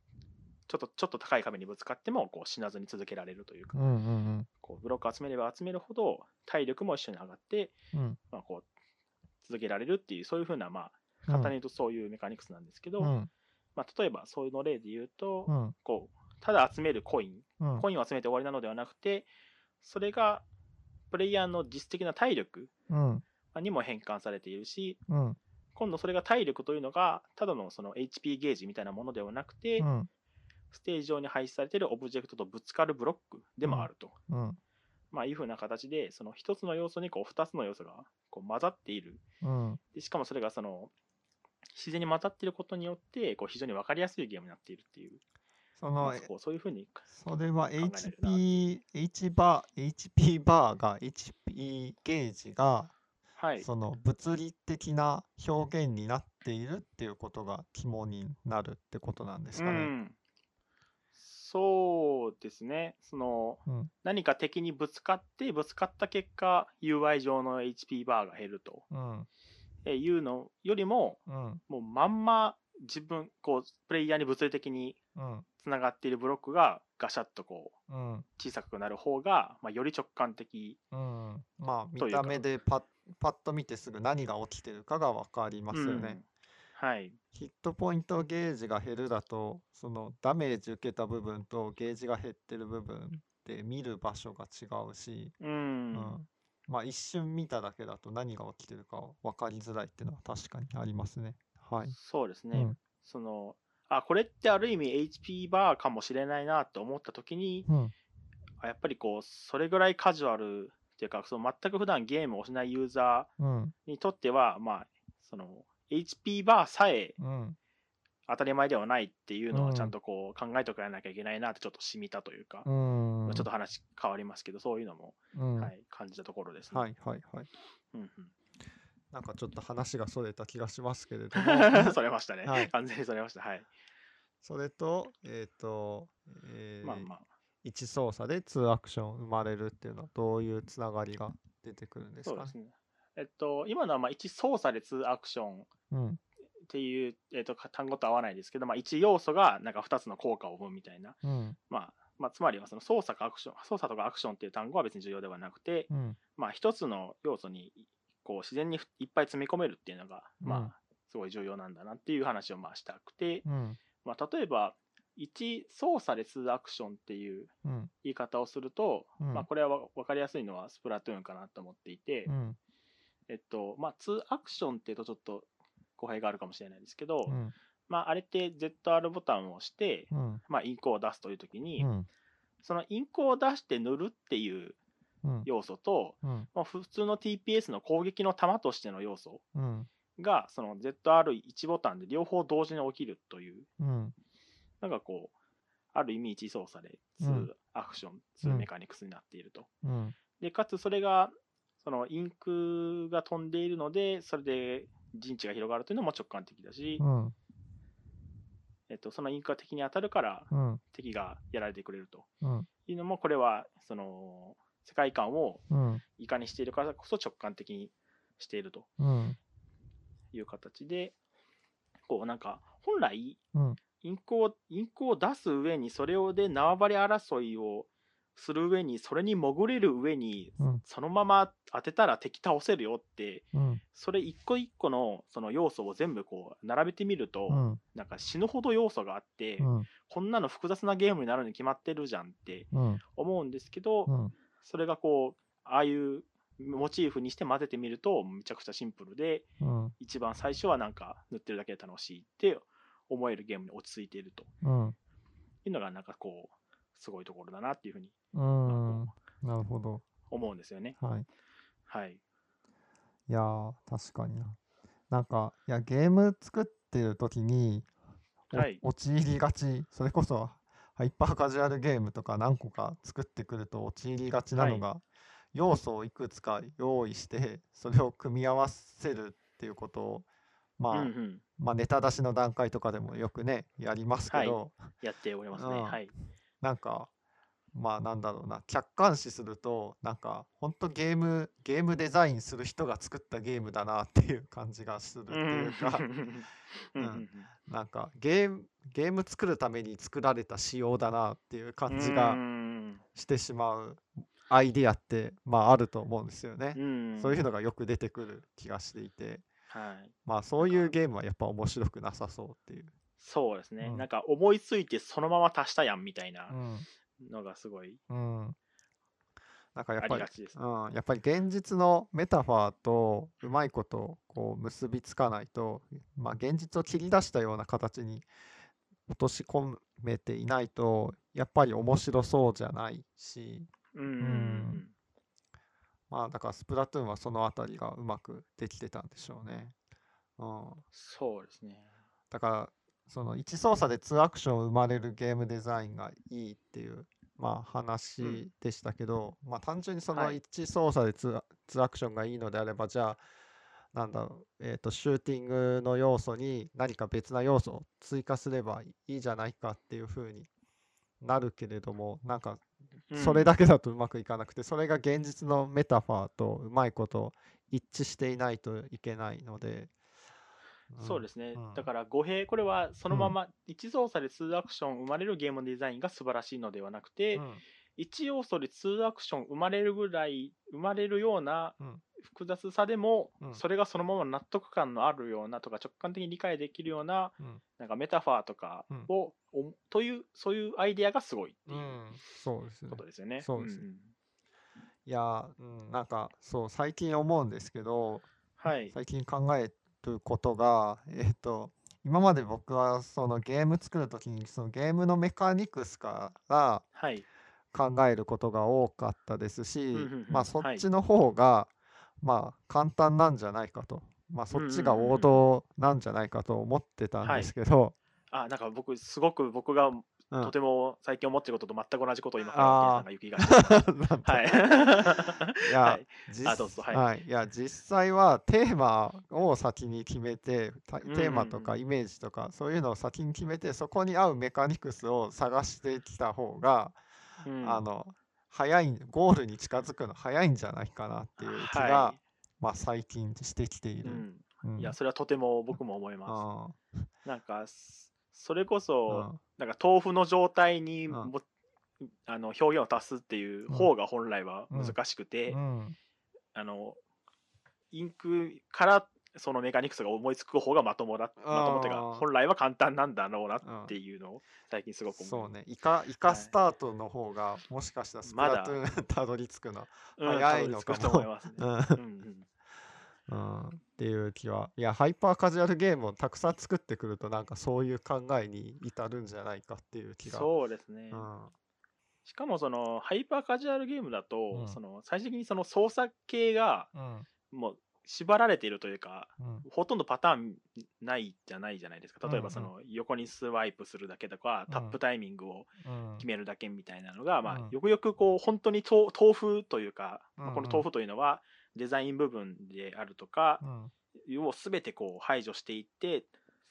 Speaker 2: ちょっとちょっと高い壁にぶつかってもこう死なずに続けられるというか、
Speaker 1: うんうん
Speaker 2: こうブロック集めれば集めるほど体力も一緒に上がって、
Speaker 1: うん
Speaker 2: まあ、こう続けられるっていうそういうふうな、まあ、
Speaker 1: うん
Speaker 2: 簡単に言うとそういうメカニクスなんですけど、
Speaker 1: うん
Speaker 2: まあ、例えばそういうの例で言うと、
Speaker 1: うん
Speaker 2: こうただ集めるコイン
Speaker 1: うん
Speaker 2: コインを集めて終わりなのではなくてそれがプレイヤーの実質的な体力
Speaker 1: うん
Speaker 2: にも変換されているし
Speaker 1: うん
Speaker 2: 今度それが体力というのがただのその HP ゲージみたいなものではなくて、
Speaker 1: うん
Speaker 2: ステージ上に配置されているオブジェクトとぶつかるブロックでもあると、
Speaker 1: うん
Speaker 2: まあ、いうふうな形でその一つの要素にこう二つの要素がこう混ざっている
Speaker 1: うん
Speaker 2: でしかもそれがその自然に混ざっていることによってこう非常に分かりやすいゲームになっているっていう、
Speaker 1: そ
Speaker 2: ま
Speaker 1: の
Speaker 2: あそこをそういうふうに
Speaker 1: それは
Speaker 2: 考えれるなって
Speaker 1: HP、H バー、HP バーが、HP ゲージが、
Speaker 2: はい
Speaker 1: その物理的な表現になっているっていうことが肝になるってことなんですか
Speaker 2: う
Speaker 1: ね。
Speaker 2: ん、そうですねその、
Speaker 1: うん
Speaker 2: 何か敵にぶつかってぶつかった結果 UI 上の HP バーが減ると
Speaker 1: うん、
Speaker 2: いうのよりも
Speaker 1: うん、
Speaker 2: もうまんま自分こうプレイヤーに物理的に
Speaker 1: うん、
Speaker 2: つながっているブロックがガシャッとこう
Speaker 1: うん、
Speaker 2: 小さくなる方が、まあ、より直感的
Speaker 1: うん。まあ、
Speaker 2: と
Speaker 1: 見
Speaker 2: いうか
Speaker 1: た目でパッ、パッと見てすぐ何が起きてるかがわかりますよね。
Speaker 2: うんはい
Speaker 1: ヒットポイントゲージが減るだと、そのダメージ受けた部分とゲージが減ってる部分で見る場所が違うし、
Speaker 2: うん、
Speaker 1: うんまあ一瞬見ただけだと何が起きてるか分かりづらいっていうのは確かにありますね。はい。
Speaker 2: そうですね、
Speaker 1: うん
Speaker 2: そのあこれってある意味 HP バーかもしれないなと思った時に
Speaker 1: うん。
Speaker 2: あやっぱりこうそれぐらいカジュアルっていうかその全く普段ゲームをしないユーザ
Speaker 1: うん。
Speaker 2: ーにとってはまあその HP バーさえ
Speaker 1: うん。
Speaker 2: 当たり前ではないっていうの
Speaker 1: う
Speaker 2: を
Speaker 1: ん
Speaker 2: ちゃんとこう考えておかなきゃいけないなってちょっと染みたというか、
Speaker 1: うん。
Speaker 2: まあちょっと話変わりますけどそういうのも、
Speaker 1: うん、
Speaker 2: は
Speaker 1: はい。
Speaker 2: い、感じたところですね。
Speaker 1: はいはいはい
Speaker 2: うん
Speaker 1: なんかちょっと話がそれた気がしますけれど
Speaker 2: うん、
Speaker 1: も
Speaker 2: それましたね、
Speaker 1: はい
Speaker 2: 完全にそれましたはい、
Speaker 1: それとえっ、と、えー
Speaker 2: まあまあ
Speaker 1: 1操作で2アクション生まれるっていうのはどういうつながりが出てくるんです
Speaker 2: そう
Speaker 1: か
Speaker 2: で
Speaker 1: ね
Speaker 2: すねえっと今のはまあ1操作で2アクション
Speaker 1: うん
Speaker 2: っていう、えっと、単語と合わないですけど、まあ、1要素がなんか2つの効果を生むみたいな
Speaker 1: うん
Speaker 2: まあまあ、つまりはその操作かアクション操作とかアクションっていう単語は別に重要ではなくて、
Speaker 1: うん
Speaker 2: まあ、一つの要素にこう自然にいっぱい詰め込めるっていうのが、
Speaker 1: うん
Speaker 2: まあ、すごい重要なんだなっていう話をまあしたくて、
Speaker 1: うん
Speaker 2: まあ、例えば1操作で2アクションっていう
Speaker 1: うん
Speaker 2: 言い方をすると、
Speaker 1: うん
Speaker 2: まあ、これはわ分かりやすいのはスプラトゥーンかなと思っていて、
Speaker 1: うん
Speaker 2: えっとまあ、2アクションっていうとちょっと語弊があるかもしれないですけど、
Speaker 1: うん
Speaker 2: まあ、あれって ZR ボタンを押して、
Speaker 1: うん
Speaker 2: まあ、インクを出すという時に、
Speaker 1: うん
Speaker 2: そのインクを出して塗るっていう
Speaker 1: うん
Speaker 2: 要素と、
Speaker 1: うん
Speaker 2: まあ、普通の TPS の攻撃の弾としての要素
Speaker 1: うん
Speaker 2: が、その ZR1 ボタンで両方同時に起きるという、
Speaker 1: うん
Speaker 2: なんかこう、ある意味1操作で
Speaker 1: うん
Speaker 2: 2アクションするメカニクスになっていると。
Speaker 1: うん
Speaker 2: で、かつそれが、そのインクが飛んでいるので、それで陣地が広がるというのも直感的だし、
Speaker 1: うん
Speaker 2: えっと、そのインクが敵に当たるから
Speaker 1: うん
Speaker 2: 敵がやられてくれると
Speaker 1: うん
Speaker 2: いうのも、これは、その、世界観を
Speaker 1: うん
Speaker 2: いかにしているからこそ直感的にしていると
Speaker 1: うん
Speaker 2: いう形で、こうなんか、本来、
Speaker 1: うん
Speaker 2: インクを、インクを出す上に、それをで縄張り争いをする上に、それに潜れる上に、
Speaker 1: うん
Speaker 2: そのまま当てたら敵倒せるよって、
Speaker 1: うん
Speaker 2: それ一個一個のその要素を全部こう並べてみると、
Speaker 1: うん
Speaker 2: なんか死ぬほど要素があって、
Speaker 1: うん
Speaker 2: こんなの複雑なゲームになるに決まってるじゃんって
Speaker 1: うん
Speaker 2: 思うんですけど、
Speaker 1: うん
Speaker 2: それがこう、ああいうモチーフにして混ぜてみると、めちゃくちゃシンプルで、
Speaker 1: うん
Speaker 2: 一番最初はなんか塗ってるだけで楽しいって思えるゲームに落ち着いていると
Speaker 1: うん
Speaker 2: いうのがなんかこうすごいところだなっていうふうに
Speaker 1: うんなるほど
Speaker 2: 思うんですよね。
Speaker 1: はい
Speaker 2: はい。
Speaker 1: いやー確かにななんかいやゲーム作ってる時にお
Speaker 2: はい
Speaker 1: 陥りがちそれこそハイパーカジュアルゲームとか何個か作ってくると陥りがちなのが、要素をいくつか用意してそれを組み合わせるっていうことをま
Speaker 2: うん
Speaker 1: あ、
Speaker 2: うん。
Speaker 1: まあネタ出しの段階とかでもよくねやりますけ
Speaker 2: はい
Speaker 1: ど、
Speaker 2: やっておりますね。
Speaker 1: うん
Speaker 2: はい。
Speaker 1: なんかまあなんだろうな客観視するとなんかほんとゲームゲームデザインする人が作ったゲームだなっていう感じがするって
Speaker 2: うん
Speaker 1: いう か、
Speaker 2: うん
Speaker 1: うんなんかゲームゲーム作るために作られた仕様だなっていう感じが
Speaker 2: うん
Speaker 1: してしまうアイディアってまああると思うんですよね
Speaker 2: う。ん。
Speaker 1: そういうのがよく出てくる気がしていて
Speaker 2: はい。
Speaker 1: まあそういうゲームはやっぱ面白くなさそうっていう。
Speaker 2: そうですね。
Speaker 1: うん
Speaker 2: なんか思いついてそのまま足したやんみたいな
Speaker 1: うん
Speaker 2: のがすごい
Speaker 1: うん、なんかやっぱ
Speaker 2: あり
Speaker 1: り
Speaker 2: がちです。
Speaker 1: うん、やっぱり現実のメタファーとうまいことこう結びつかないと、まあ、現実を切り出したような形に落とし込めていないとやっぱり面白そうじゃないし、
Speaker 2: うんうん
Speaker 1: うんまあ、だからスプラトゥーンはそのあたりがうまくできてたんでしょうね。うん、
Speaker 2: そうですね。
Speaker 1: だからその1操作で2アクション生まれるゲームデザインがいいっていう、まあ、話でしたけど、まあ、単純にその
Speaker 2: はい
Speaker 1: 1操作で 2,、2アクションがいいのであればじゃあなんだろう、えー、とシューティングの要素に何か別な要素を追加すればいいじゃないかっていう風になるけれどもなんか
Speaker 2: うん
Speaker 1: それだけだとうまくいかなくて、それが現実のメタファーとうまいこと一致していないといけないので、
Speaker 2: そう
Speaker 1: す
Speaker 2: ですね、
Speaker 1: うん
Speaker 2: だから語弊これはその
Speaker 1: うん
Speaker 2: まま1操作で2アクション生まれるゲームデザインが素晴らしいのではなくて、1要素で2アクション生まれるぐらい生まれるような
Speaker 1: うん
Speaker 2: 複雑さでも、
Speaker 1: うん
Speaker 2: それがそのまま納得感のあるようなとか直感的に理解できるような
Speaker 1: うん
Speaker 2: なんかメタファーとかを、おというそういうアイデアがすごいって
Speaker 1: う
Speaker 2: い
Speaker 1: ん、そうです
Speaker 2: う
Speaker 1: ね
Speaker 2: こと。ですよね。
Speaker 1: そうです
Speaker 2: んん
Speaker 1: いやー、うん、なんかそう最近思うんですけど
Speaker 2: はい、
Speaker 1: 最近考えることがえっ、と今まで僕はそのゲーム作る時にそのゲームのメカニクスから
Speaker 2: はい、
Speaker 1: 考えることが多かったですし
Speaker 2: うんうんうん
Speaker 1: まあそ
Speaker 2: は
Speaker 1: っ
Speaker 2: い
Speaker 1: ちの方が、まあ簡単なんじゃないかと。まあ、そっちが
Speaker 2: うんうんうんうん
Speaker 1: 王道なんじゃないかと思ってたん
Speaker 2: はい
Speaker 1: ですけど、
Speaker 2: あなんか僕すごく僕が
Speaker 1: うん
Speaker 2: とても最近思ってることと全く同じことを今
Speaker 1: あ
Speaker 2: から
Speaker 1: ー
Speaker 2: 皆さんが言う気がしてま す
Speaker 1: なんと
Speaker 2: はい
Speaker 1: いや、
Speaker 2: はい
Speaker 1: 実
Speaker 2: あどうぞはい
Speaker 1: いや実際はテーマを先に決めてたテ
Speaker 2: うんうん
Speaker 1: ーマとかイメージとかそういうのを先に決めてそこに合うメカニクスを探してきた方が、
Speaker 2: うん
Speaker 1: あの早いゴールに近づくの早いんじゃないかなっていう気が、
Speaker 2: は
Speaker 1: まあ、最近してきてい
Speaker 2: い
Speaker 1: る。
Speaker 2: うん
Speaker 1: うん
Speaker 2: いやそれはとても僕も思いま
Speaker 1: あ
Speaker 2: す。なんかすそれこ
Speaker 1: ー
Speaker 2: そなんか豆腐の状態に
Speaker 1: うん
Speaker 2: もあの表現を足すっていう方が本来は難しくて、
Speaker 1: うんうん
Speaker 2: あのインクからそのメカニクスが思いつく方がまともだ
Speaker 1: あー
Speaker 2: まともというか本来は簡単なんだろうなっていうのを最近すごく思
Speaker 1: そうねイカイカ
Speaker 2: はい
Speaker 1: スタートの方がもしかしたらスプ
Speaker 2: ま
Speaker 1: ラ
Speaker 2: だ
Speaker 1: トゥーンたどり着くの、
Speaker 2: うん
Speaker 1: 早いのかも
Speaker 2: たどり着くと思いますね。
Speaker 1: うん
Speaker 2: うんうん
Speaker 1: うん、っていう気はいやハイパーカジュアルゲームをたくさん作ってくるとなんかそういう考えに至るんじゃないかっていう気が
Speaker 2: そうですね。
Speaker 1: うん
Speaker 2: しかもそのハイパーカジュアルゲームだと、
Speaker 1: うん
Speaker 2: その最終的にその操作系が
Speaker 1: うん
Speaker 2: もう縛られているというか、
Speaker 1: うん
Speaker 2: ほとんどパターンないじゃないじゃないですか。例えばそ
Speaker 1: うん
Speaker 2: の横にスワイプするだけとか、タップタイミングを
Speaker 1: うん
Speaker 2: 決めるだけみたいなのが、まあ
Speaker 1: うん、
Speaker 2: よくよくこう本当にと豆腐というか、まあ
Speaker 1: うん
Speaker 2: この豆腐というのはデザイン部分であるとか
Speaker 1: う、ん
Speaker 2: を全てこう排除していって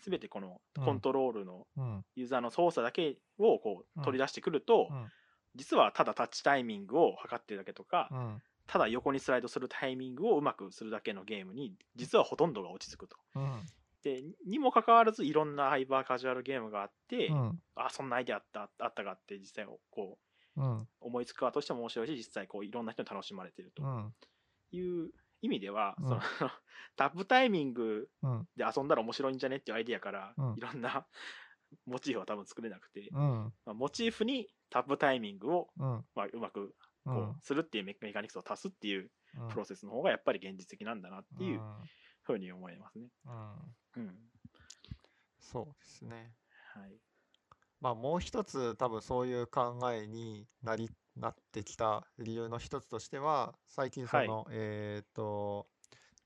Speaker 2: 全てこの
Speaker 1: うん
Speaker 2: コントロールの
Speaker 1: うん
Speaker 2: ユーザーの操作だけをこ
Speaker 1: う
Speaker 2: うん取り出してくると、
Speaker 1: うん
Speaker 2: 実はただタッチタイミングを測ってるだけとか、
Speaker 1: うん
Speaker 2: ただ横にスライドするタイミングをうまくするだけのゲームに実はほとんどが落ち着くと。
Speaker 1: うん
Speaker 2: でにもかかわらずいろんなハイバーカジュアルゲームがあって、
Speaker 1: うん
Speaker 2: あそんなアイデアあったあったかって実際こう
Speaker 1: うん
Speaker 2: 思いつく側としても面白いし実際こういろんな人に楽しまれてると
Speaker 1: うん
Speaker 2: いう意味では、
Speaker 1: うん
Speaker 2: そのタップタイミング
Speaker 1: うん
Speaker 2: で遊んだら面白いんじゃねっていうアイディアから、
Speaker 1: うん
Speaker 2: いろんなモチーフは多分作れなくて、
Speaker 1: うん
Speaker 2: まあモチーフにタップタイミングを、
Speaker 1: うん
Speaker 2: まあ、うまく
Speaker 1: う
Speaker 2: こ
Speaker 1: ん
Speaker 2: うするっていうメメカニクスを足すっていう
Speaker 1: うん
Speaker 2: プロセスの方がやっぱり現実的なんだなっていう
Speaker 1: うん
Speaker 2: ふうに思いますね。
Speaker 1: うん
Speaker 2: うん
Speaker 1: そうですね
Speaker 2: はい
Speaker 1: まあもう一つ多分そういう考えになりなってきた理由の一つとしては最近そ
Speaker 2: はい
Speaker 1: のえっと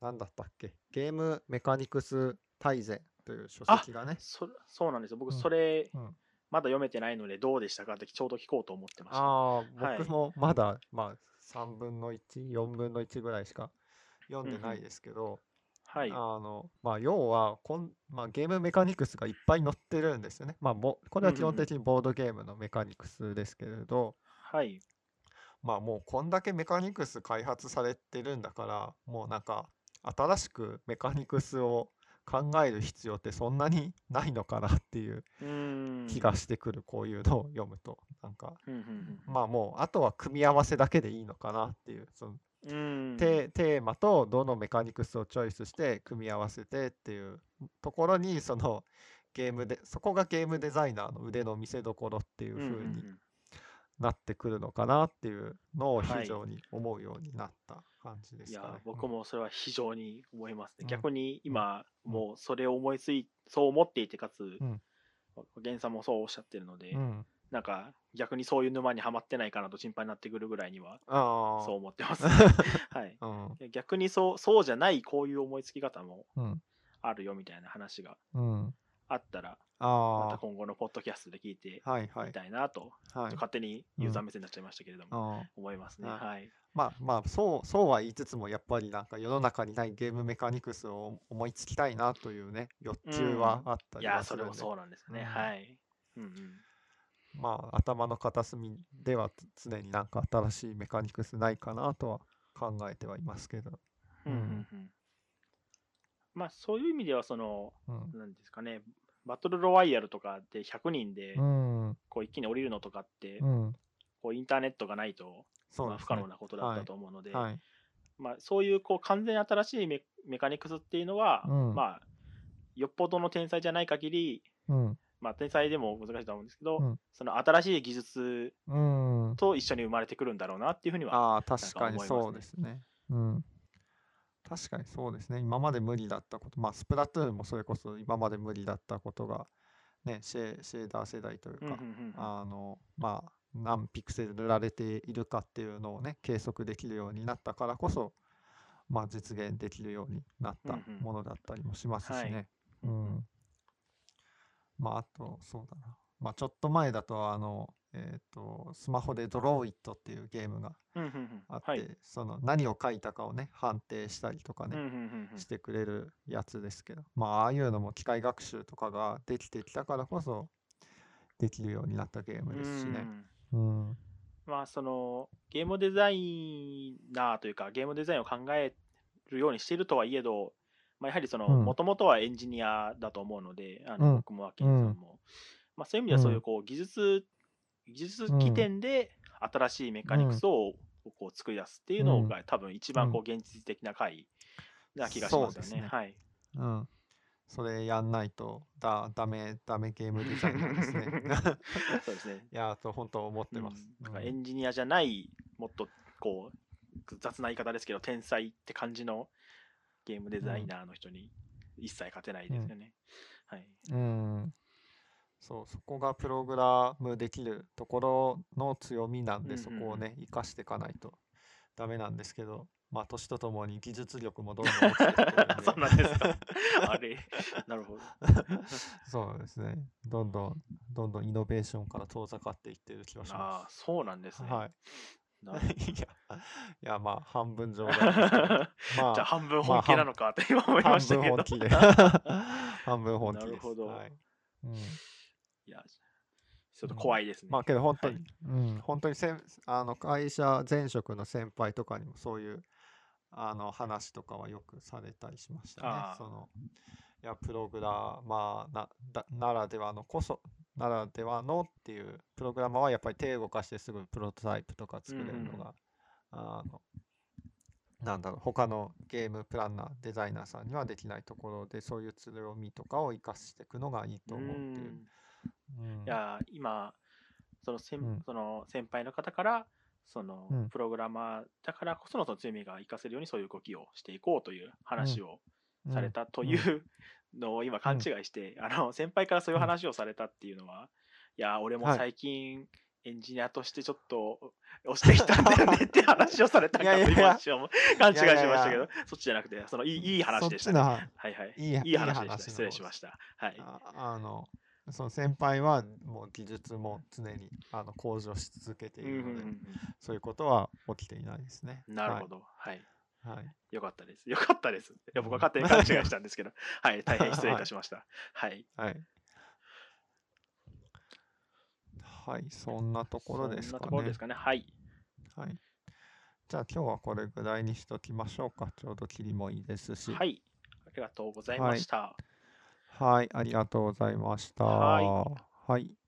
Speaker 1: 何だったっけゲームメカニクス大全という書
Speaker 2: あ
Speaker 1: 籍がね
Speaker 2: そそうなんですよ僕
Speaker 1: うん
Speaker 2: それ、
Speaker 1: うん
Speaker 2: まだ読めてないのでどうでしたかってちょうど聞こうと思ってました。
Speaker 1: あ
Speaker 2: は
Speaker 1: あ
Speaker 2: い
Speaker 1: 僕もまだまあ3分の14分の1ぐらいしか読んでな
Speaker 2: うんう
Speaker 1: い
Speaker 2: ん
Speaker 1: ですけど
Speaker 2: はい、
Speaker 1: あのまあ要はこん、まあ、ゲームメカニクスがいっぱい載ってるんですよね。まあ、ぼこれは基
Speaker 2: うん
Speaker 1: 本
Speaker 2: うんうん
Speaker 1: 的にボードゲームのメカニクスですけれど、
Speaker 2: はい、
Speaker 1: まあもうこんだけメカニクス開発されてるんだからもうなんか新しくメカニクスを考える必要ってそんなにないのかなっていう
Speaker 2: うーん
Speaker 1: 気がしてくるこういうのを読むとなんか
Speaker 2: うんうん
Speaker 1: まあもうあとは組み合わせだけでいいのかなっていうその
Speaker 2: うんうん
Speaker 1: テテーマとどのメカニクスをチョイスして組み合わせてっていうところにそのゲームでそこがゲームデザイナーの腕の見せどころっていう
Speaker 2: うんうん
Speaker 1: 風
Speaker 2: う
Speaker 1: に
Speaker 2: ん
Speaker 1: なってくるのかなっていうのを
Speaker 2: はい
Speaker 1: 非常に思うようになった感じで
Speaker 2: い
Speaker 1: す
Speaker 2: や
Speaker 1: かね。
Speaker 2: 僕もそれは非常に思います
Speaker 1: う
Speaker 2: ね、
Speaker 1: ん
Speaker 2: 逆に
Speaker 1: う
Speaker 2: 今、
Speaker 1: ん
Speaker 2: もうそれを思いついそう思っていてかつ、
Speaker 1: ん
Speaker 2: 源さんもそうおっしゃってるので、
Speaker 1: うん、
Speaker 2: なんか逆にそういう沼にはまってないかなと心配になってくるぐらいには
Speaker 1: ああ
Speaker 2: そう思っ てます、はい、
Speaker 1: うん
Speaker 2: いや逆にそうそうじゃないこういう思いつき方も
Speaker 1: うん
Speaker 2: あるよみたいな話が
Speaker 1: うん
Speaker 2: あったらまた
Speaker 1: あ
Speaker 2: 今後のポッドキャストで聞いて
Speaker 1: あはいは
Speaker 2: み
Speaker 1: い
Speaker 2: たいなと、
Speaker 1: はい。
Speaker 2: 勝手にユーザー目線になっちゃいましたけれど
Speaker 1: あ
Speaker 2: も、
Speaker 1: ー
Speaker 2: 思いますね、
Speaker 1: うん
Speaker 2: はい
Speaker 1: まあまあそうそうは言いつつもやっぱりなんか世の中にないゲームメカニクスを思いつきたいなというね欲求はあった
Speaker 2: い
Speaker 1: り
Speaker 2: や
Speaker 1: は
Speaker 2: ー
Speaker 1: す
Speaker 2: そ
Speaker 1: る
Speaker 2: れ
Speaker 1: ん
Speaker 2: も
Speaker 1: で
Speaker 2: そうなんですね、
Speaker 1: うん
Speaker 2: はい、うんうん
Speaker 1: まあ頭の片隅ではつ常になんか新しいメカニクスないかなとは考えてはいますけど。
Speaker 2: うんうんうんまあそういう意味ではその
Speaker 1: うん
Speaker 2: 何ですかねバトルロワイヤルとかで100人で
Speaker 1: うんう
Speaker 2: こう一気に降りるのとかって
Speaker 1: ん
Speaker 2: こうインターネットがないと
Speaker 1: そう
Speaker 2: まあ
Speaker 1: で
Speaker 2: 不
Speaker 1: す
Speaker 2: 可
Speaker 1: ね
Speaker 2: 能なことだったと思うので
Speaker 1: はい
Speaker 2: まあそういうこう完全に新しいメメカニクスっていうのは
Speaker 1: うん
Speaker 2: まあよっぽどの天才じゃない限り
Speaker 1: うん
Speaker 2: まあ天才でも難しいと思うんですけど
Speaker 1: うん
Speaker 2: その新しい技術
Speaker 1: うん
Speaker 2: と一緒に生まれてくるんだろうなっていうふうには
Speaker 1: ああ確かに
Speaker 2: なんか思
Speaker 1: そ
Speaker 2: いうま
Speaker 1: ですすね。うん確かにそうですね。今まで無理だったこと、まあスプラトゥーンもそれこそ今まで無理だったことが、ね、シェシェーダー世代という
Speaker 2: う
Speaker 1: か、
Speaker 2: んうんうん
Speaker 1: あのまあ何ピクセル塗られているかっていうのをね計測できるようになったからこそ、まあ、実現できるようになっ
Speaker 2: う
Speaker 1: た
Speaker 2: んうん
Speaker 1: ものだったりもしますし
Speaker 2: はい
Speaker 1: ね。
Speaker 2: うんうん
Speaker 1: うんまああとそうだな、まあ、ちょっと前だとあの、えー、とスマホで「ドローイット」っていうゲームが
Speaker 2: うんうんうん
Speaker 1: あって、
Speaker 2: はい
Speaker 1: その何を書いたかをね判定したりとか
Speaker 2: うんう
Speaker 1: ね、
Speaker 2: んうんうん
Speaker 1: してくれるやつですけど、まあああいうのも機械学習とかができてきたからこそできるようになったゲームですし
Speaker 2: う
Speaker 1: ね。
Speaker 2: ん
Speaker 1: うん、
Speaker 2: まあそのゲームデザイナーというかゲームデザインを考えるようにしているとはいえど、まあ、やはりその
Speaker 1: うん
Speaker 2: もともとはエンジニアだと思うのであの、
Speaker 1: うん
Speaker 2: 僕もアケンさんも、まあ、そういう意味ではそういううんこう技術技術起点で新しいメカニクスをこう作り出すっていうのが多分一番こう現実的な回な気がします
Speaker 1: そう
Speaker 2: よ
Speaker 1: です
Speaker 2: ね。
Speaker 1: ね
Speaker 2: はい、
Speaker 1: うん。それやんないとだダメダメゲームデザインですね。
Speaker 2: そうですね
Speaker 1: いやーと本当思って
Speaker 2: うん
Speaker 1: ます。
Speaker 2: だか
Speaker 1: う
Speaker 2: ら
Speaker 1: ん
Speaker 2: エンジニアじゃないもっとこう雑な言い方ですけど天才って感じのゲームデザイナーの人に一切勝てないですよね、はい
Speaker 1: うん。そうそこがプログラムできるところの強みなんで、
Speaker 2: うん
Speaker 1: そこをね生かしていかないとダメなんですけど、まあ年とともに技術力もどんどん落ちてきてるんで
Speaker 2: そうなんで すか。あれ、なるほど。
Speaker 1: そうですね。どんどん、どんどんイノベーションから遠ざかっていってる気がし
Speaker 2: ああ
Speaker 1: ま、
Speaker 2: そうなんです
Speaker 1: す。
Speaker 2: ね。
Speaker 1: はい。
Speaker 2: な
Speaker 1: い
Speaker 2: る
Speaker 1: や、いやまあ半分冗
Speaker 2: ほど
Speaker 1: 談ですけど。 ま
Speaker 2: じゃあ半分本気なのかって今思いま
Speaker 1: 半
Speaker 2: した
Speaker 1: 分
Speaker 2: けど。
Speaker 1: 本気 で半分本気です
Speaker 2: なるほど
Speaker 1: はいうん、
Speaker 2: いや、ちょっと怖いですね。
Speaker 1: まあけど本当に、
Speaker 2: は
Speaker 1: うん、本当にせんあの会社前職の先輩とかにもそういうあの話とかはよくされたりしましたね
Speaker 2: ああ
Speaker 1: そのいやプログラマーなだならではのこそならではのっていうプログラマーはやっぱり手を動かしてすぐプロトタイプとか作れるのが、あのなんだろう他のゲームプランナーデザイナーさんにはできないところでそういう強みとかを生かしていくのがいいと
Speaker 2: う。
Speaker 1: 思うっていうんうん
Speaker 2: いやー今その先、
Speaker 1: うん
Speaker 2: その先輩の方からその
Speaker 1: うん
Speaker 2: プログラマーだからこそのその強みが活かせるようにそういう動きをしていこうという話をされたといううのを今勘違いして、あの先輩からそうい
Speaker 1: うん
Speaker 2: う話をされたっていうのは、いやー俺も
Speaker 1: はい
Speaker 2: 最近エンジニアとしてちょっと押してきたんだよねって話をされたんかと
Speaker 1: いやいやいや
Speaker 2: 今一瞬思う勘違いしま
Speaker 1: いやいや
Speaker 2: したけどそっちじゃなくてそのいいい い話でした、ね、
Speaker 1: そ
Speaker 2: は
Speaker 1: っち
Speaker 2: いはい
Speaker 1: いい
Speaker 2: いい
Speaker 1: い
Speaker 2: 話
Speaker 1: い
Speaker 2: で
Speaker 1: 話の
Speaker 2: し
Speaker 1: 方
Speaker 2: た
Speaker 1: です
Speaker 2: 失礼しましたはい
Speaker 1: のああのその先輩はもう技術も常にあの向上し続けてい
Speaker 2: うん
Speaker 1: る
Speaker 2: うん
Speaker 1: の
Speaker 2: う
Speaker 1: で、
Speaker 2: ん
Speaker 1: そういうことは起きていないですね。
Speaker 2: うんなるほどはい
Speaker 1: はい。はい
Speaker 2: よかったです。よかったです。いや、僕は勝手に勘違いしたんですけど、 はい、大変失礼いたしました。はい。
Speaker 1: はい。はい、そんなところです
Speaker 2: そんな
Speaker 1: か
Speaker 2: と
Speaker 1: ね。
Speaker 2: ころですかね。はい。
Speaker 1: はい。じゃあ今日はこれぐらいにしときましょうか。ちょうど切りもいいですし。
Speaker 2: は。い。ありがとうございました。
Speaker 1: はい、ありがとうございました。
Speaker 2: は
Speaker 1: はい。